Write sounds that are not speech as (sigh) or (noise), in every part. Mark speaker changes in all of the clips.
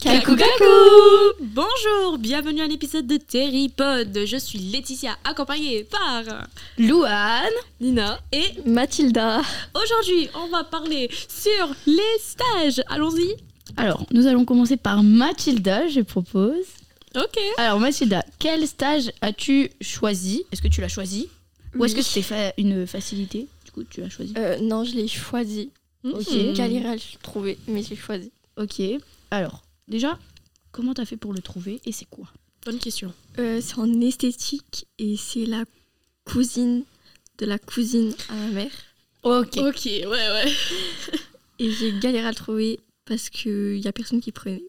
Speaker 1: Kaku Kaku Bonjour, bienvenue à l'épisode de Terrypod. Je suis Laetitia, accompagnée par
Speaker 2: Louane,
Speaker 1: Nina. Et
Speaker 2: Mathilda.
Speaker 1: aujourd'hui, on va parler sur les stages. Allons-y.
Speaker 2: Alors, nous allons commencer par Mathilda, je propose.
Speaker 1: Ok.
Speaker 2: Alors, Mathilda, quel stage as-tu choisi Est-ce que tu l'as choisi Ou est-ce que
Speaker 3: Oui.
Speaker 2: c'était fa- une facilité Du coup, tu l'as choisi.
Speaker 3: Euh, non, je l'ai choisi. J'ai
Speaker 1: Hmm.
Speaker 3: galéré à le trouver, mais j'ai choisi.
Speaker 2: Ok. Alors, déjà, comment t'as fait pour le trouver et c'est quoi
Speaker 1: Bonne question.
Speaker 3: Euh, c'est en esthétique et c'est la cousine de la cousine Euh, à ma mère.
Speaker 2: Ok.
Speaker 1: Ok, ouais, ouais.
Speaker 3: Et j'ai galéré à le trouver parce qu'il n'y a personne qui prenait.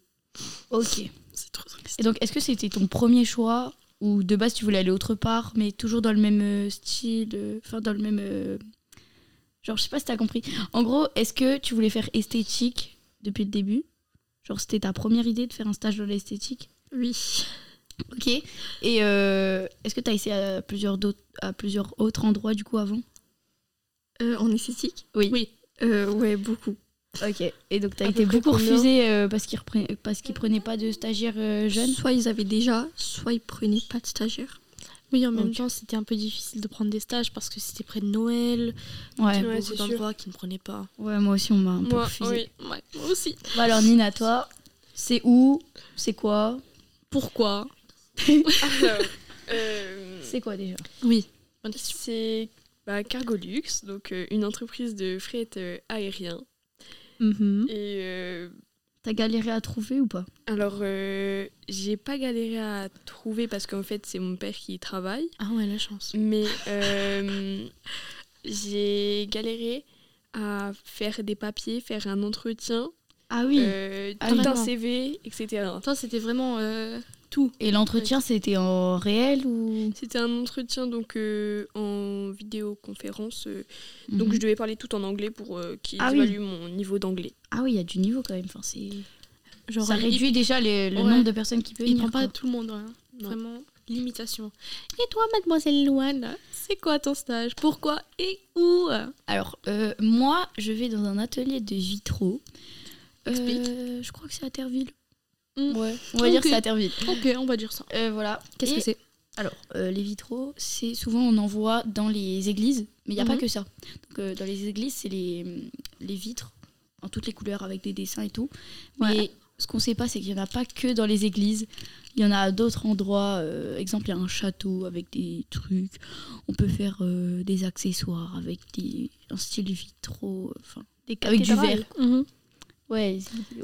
Speaker 2: Ok.
Speaker 1: C'est trop triste.
Speaker 2: Et donc, est-ce que c'était ton premier choix ou de base tu voulais aller autre part, mais toujours dans le même euh, style, euh, enfin dans le même, euh, genre je sais pas si t'as compris. En gros, est-ce que tu voulais faire esthétique depuis le début, genre c'était ta première idée de faire un stage dans l'esthétique,
Speaker 3: Oui.
Speaker 2: ok. Et euh, est-ce que t'as essayé à plusieurs d'autres, à plusieurs autres endroits du coup avant
Speaker 3: Euh, en esthétique
Speaker 2: Oui.
Speaker 1: Oui.
Speaker 3: Euh, ouais, beaucoup.
Speaker 2: Ok. Et donc t'as
Speaker 3: À peu
Speaker 2: été
Speaker 3: près
Speaker 2: beaucoup
Speaker 3: combien
Speaker 2: refusé euh, parce qu'ils reprenaient, parce qu'ils prenaient pas de stagiaires euh, jeunes.
Speaker 3: Soit ils avaient déjà, soit ils prenaient pas de stagiaires.
Speaker 4: Oui, en même
Speaker 2: Ok.
Speaker 4: temps, c'était un peu difficile de prendre des stages parce que c'était près de Noël.
Speaker 2: Ouais.
Speaker 4: Il y a
Speaker 1: Ouais,
Speaker 4: beaucoup
Speaker 1: c'est sûr.
Speaker 4: d'endroits qui ne prenaient pas.
Speaker 2: Ouais, moi aussi on m'a un peu
Speaker 1: Moi,
Speaker 2: refusé.
Speaker 1: oui, ouais, moi aussi.
Speaker 2: Bah alors Nina, toi, c'est où C'est quoi
Speaker 1: Pourquoi
Speaker 5: (laughs) Alors, euh,
Speaker 2: C'est quoi déjà
Speaker 1: Oui. (laughs) Bonne question.
Speaker 5: c'est bah, Cargolux, donc euh, une entreprise de fret euh, aérien.
Speaker 2: Mhm.
Speaker 5: Et euh,
Speaker 2: T'as galéré à trouver ou pas
Speaker 5: alors, euh, j'ai pas galéré à trouver parce qu'en fait, c'est mon père qui y travaille.
Speaker 4: Ah ouais, la chance. (laughs)
Speaker 5: Mais euh, j'ai galéré à faire des papiers, faire un entretien,
Speaker 2: Ah oui.
Speaker 5: euh,
Speaker 2: Ah,
Speaker 5: tout un
Speaker 2: vraiment.
Speaker 5: CV, etc.
Speaker 1: Toi, c'était vraiment euh, tout.
Speaker 2: Et l'entretien, c'était en réel ou
Speaker 5: C'était un entretien donc euh, en vidéoconférence, euh,
Speaker 4: Mhm.
Speaker 5: donc
Speaker 2: Mhm.
Speaker 5: je devais parler tout en anglais pour euh, qu'ils
Speaker 2: Ah oui.
Speaker 5: évaluent mon niveau d'anglais.
Speaker 2: Ah oui, il y a du niveau quand même. Enfin, c'est-
Speaker 4: Genre, euh,
Speaker 2: ça
Speaker 4: il-
Speaker 2: réduit déjà les- le
Speaker 4: Ouais.
Speaker 2: nombre de personnes qui peuvent
Speaker 4: Il,
Speaker 2: venir.
Speaker 4: prend pas
Speaker 2: quoi.
Speaker 4: tout le monde, hein.
Speaker 5: Non.
Speaker 4: vraiment. Limitation. Et toi, mademoiselle Louane, c'est quoi ton stage Pourquoi et où
Speaker 3: Mhm.
Speaker 2: Alors euh, moi, je vais dans un atelier de vitraux.
Speaker 4: Explique.
Speaker 2: Euh, je crois que c'est à Terville.
Speaker 4: Mm.
Speaker 2: Ouais. On va dire
Speaker 4: Ok.
Speaker 2: que c'est à Terville.
Speaker 4: Ok, on va dire ça.
Speaker 2: Euh, voilà.
Speaker 1: Qu'est-ce
Speaker 2: Et-
Speaker 1: que c'est
Speaker 2: Alors, euh, les vitraux, c'est souvent on en voit dans les églises, mais il n'y a pas
Speaker 1: Mhm.
Speaker 2: que ça. Donc, euh, dans les églises, c'est les, euh, les vitres en toutes les couleurs avec des dessins et tout. Mais ce qu'on ne sait pas, c'est qu'il n'y en a pas que dans les églises. Il y en a à d'autres endroits. euh, exemple, il y a un château avec des trucs. On peut faire euh, des accessoires avec des, un style vitraux, enfin, avec du verre.
Speaker 4: Mhm.
Speaker 2: Ouais,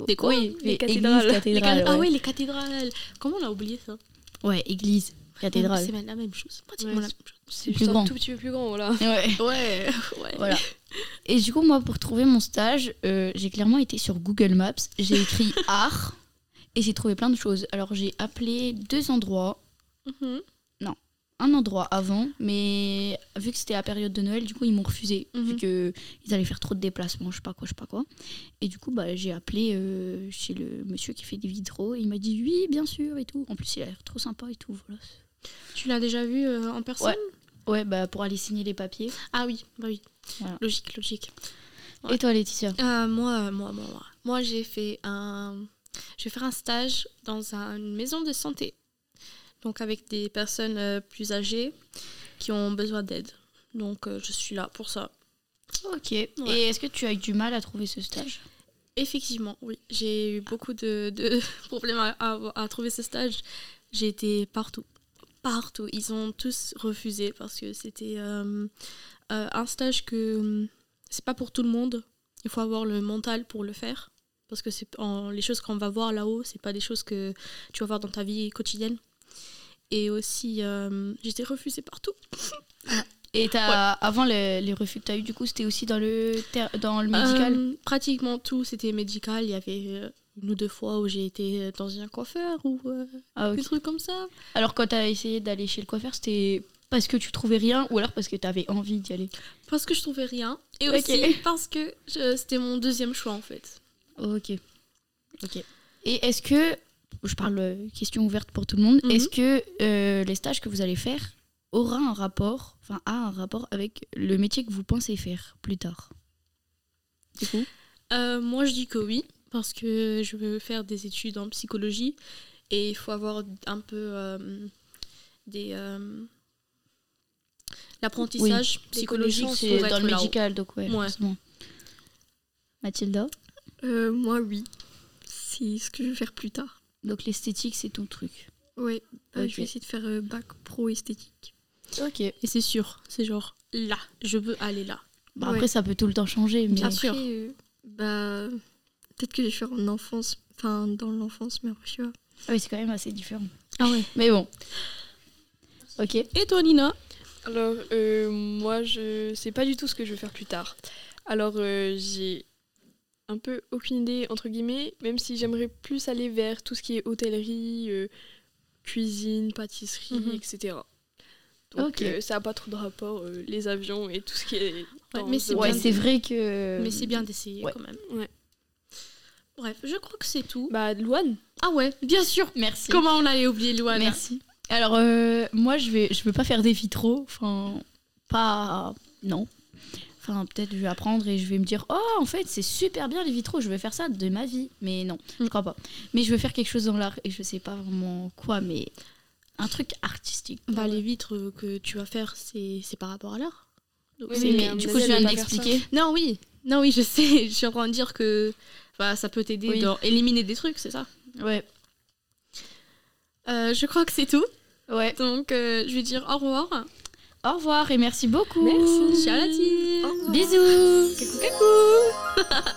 Speaker 1: Des quoi
Speaker 2: oui,
Speaker 5: Les
Speaker 2: église,
Speaker 5: cathédrales. Les
Speaker 4: Les
Speaker 2: cathédrale,
Speaker 4: cath- Ah
Speaker 2: ouais.
Speaker 4: ouais, les cathédrales. Comment on a oublié ça
Speaker 2: Ah Ouais, église, cathédrale.
Speaker 4: C'est la même chose. Pratiquement
Speaker 5: Ouais,
Speaker 4: la même chose.
Speaker 5: C'est
Speaker 2: Plus
Speaker 5: juste
Speaker 2: grand.
Speaker 5: un tout petit peu plus grand, voilà.
Speaker 2: Ouais.
Speaker 1: Ouais,
Speaker 5: (laughs)
Speaker 1: ouais.
Speaker 2: Voilà. Et du coup, moi, pour trouver mon stage, euh, j'ai clairement été sur Google Maps. J'ai (laughs) écrit art et j'ai trouvé plein de choses. Alors, j'ai appelé deux endroits.
Speaker 1: Mhm.
Speaker 2: Un endroit avant, mais vu que c'était la période de Noël, du coup, ils m'ont refusé. Vu
Speaker 1: Mhm.
Speaker 2: qu'ils allaient faire trop de déplacements, je sais pas quoi, je sais pas quoi. Et du coup, bah, j'ai appelé euh, chez le monsieur qui fait des vitraux. Et il m'a dit oui, bien sûr, et tout. En plus, il a l'air trop sympa et tout. Voilà.
Speaker 4: Tu l'as déjà vu euh, en personne
Speaker 2: Ouais, bah, pour aller signer les papiers.
Speaker 4: Ah oui, bah oui.
Speaker 2: Voilà.
Speaker 4: Logique, logique.
Speaker 2: Et toi, Laetitia
Speaker 4: Euh, moi, moi, moi, moi. Moi, j'ai fait un. Je vais faire un stage dans un- une maison de santé. Donc, avec des personnes euh, plus âgées qui ont besoin d'aide. Donc, euh, je suis là pour ça.
Speaker 2: Ok. Et est-ce que tu as eu du mal à trouver ce stage
Speaker 4: Effectivement, oui. J'ai eu beaucoup de, de (laughs) problèmes à, à- à trouver ce stage. J'ai été partout. Partout. Ils ont tous refusé parce que c'était euh, euh, un stage que hum, c'est pas pour tout le monde. Il faut avoir le mental pour le faire. Parce que c'est en- les choses qu'on va voir là-haut, c'est pas des choses que tu vas voir dans ta vie quotidienne. Et aussi, euh, j'étais refusée partout.
Speaker 2: Et t'as- avant le- les refus que tu as eu, du coup, c'était aussi dans le, ter- dans le médical
Speaker 4: Euh, Pratiquement tout, c'était médical. Il y avait euh, une ou deux fois où j'ai été euh, dans un coiffeur ou euh,
Speaker 2: Ah, ok.
Speaker 4: des trucs comme ça.
Speaker 2: Alors, quand tu as essayé d'aller chez le coiffeur, c'était parce que tu trouvais rien ou alors parce que tu avais envie d'y aller
Speaker 4: Parce que je trouvais rien. Et
Speaker 2: Ok.
Speaker 4: aussi parce que je- c'était mon deuxième choix en fait.
Speaker 2: Ok. Ok. Et est-ce que, je parle euh, question ouverte pour tout le monde,
Speaker 4: Mhm.
Speaker 2: est-ce que euh, les stages que vous allez faire aura un rapport, enfin, a un rapport avec le métier que vous pensez faire plus tard Du coup
Speaker 4: Euh, moi je dis que oui. parce que je veux faire des études en psychologie et il faut avoir un peu euh, des euh, l'apprentissage
Speaker 2: Psychologique,
Speaker 4: psychologique pour
Speaker 2: c'est euh, dans
Speaker 4: être
Speaker 2: le
Speaker 4: là-haut.
Speaker 2: médical, donc ouais,
Speaker 4: Ouais.
Speaker 2: forcément. Mathilda
Speaker 3: Euh, moi, oui. C'est ce que je vais faire plus tard.
Speaker 2: Donc l'esthétique, c'est ton truc.
Speaker 3: Ouais, bah,
Speaker 2: Ok.
Speaker 3: je vais essayer de faire euh, bac pro esthétique.
Speaker 2: Ok.
Speaker 4: Et c'est sûr, c'est genre là, je veux aller là.
Speaker 2: Bah,
Speaker 3: Ouais.
Speaker 2: Après, ça peut tout le temps changer, mais
Speaker 3: Après,
Speaker 4: sûr.
Speaker 3: euh, bah, peut-être que je vais faire en enfance, enfin dans l'enfance, mais après, je sais pas.
Speaker 2: Ah oui, c'est quand même assez différent.
Speaker 4: Ah ouais.
Speaker 2: Mais bon. Ok.
Speaker 4: Et toi Nina
Speaker 5: Alors, euh, moi, je sais pas du tout ce que je veux faire plus tard. Alors, euh, j'ai un peu aucune idée, entre guillemets, même si j'aimerais plus aller vers tout ce qui est hôtellerie, euh, cuisine, pâtisserie,
Speaker 4: Mhm.
Speaker 5: etc. Donc,
Speaker 2: Ok.
Speaker 5: euh, ça n'a pas trop de rapport, euh, les avions et tout ce qui est. dans
Speaker 4: mais
Speaker 5: ce
Speaker 4: c'est
Speaker 2: Ouais,
Speaker 5: domaine.
Speaker 4: bien
Speaker 2: c'est vrai que.
Speaker 4: Euh, Mais c'est bien d'essayer
Speaker 2: ouais.
Speaker 4: quand même.
Speaker 5: Ouais.
Speaker 4: Bref, je crois que c'est tout.
Speaker 5: Bah, Louane
Speaker 4: Ah ouais, bien sûr.
Speaker 2: Merci.
Speaker 4: Comment on allait oublier Louane
Speaker 2: Merci. Alors, euh, moi, je vais, je veux pas faire des vitraux. Enfin, pas. Non. Enfin, peut-être je vais apprendre et je vais me dire Oh, en fait, c'est super bien les vitraux, je vais faire ça de ma vie. Mais non, je crois pas. Mais je veux faire quelque chose dans l'art et je sais pas vraiment quoi, mais un truc artistique.
Speaker 4: Bah les vitres euh, que tu vas faire, c'est c'est par rapport à l'art. Donc,
Speaker 5: Oui,
Speaker 4: c'est-
Speaker 5: mais
Speaker 2: mais
Speaker 5: on
Speaker 2: du coup,
Speaker 5: essaie
Speaker 2: je
Speaker 5: de
Speaker 2: viens
Speaker 5: pas faire ça.
Speaker 2: d'expliquer.
Speaker 4: Non oui, non oui, je sais. (laughs) Je suis en train de dire que bah, ça peut t'aider
Speaker 2: Oui.
Speaker 4: dans éliminer des trucs, c'est ça.
Speaker 2: Ouais,
Speaker 4: Euh, je crois que c'est tout.
Speaker 2: ouais.
Speaker 4: Donc euh, je vais dire au revoir.
Speaker 2: Au revoir et merci beaucoup.
Speaker 4: Ciao la team.
Speaker 2: Bisous.
Speaker 5: Coucou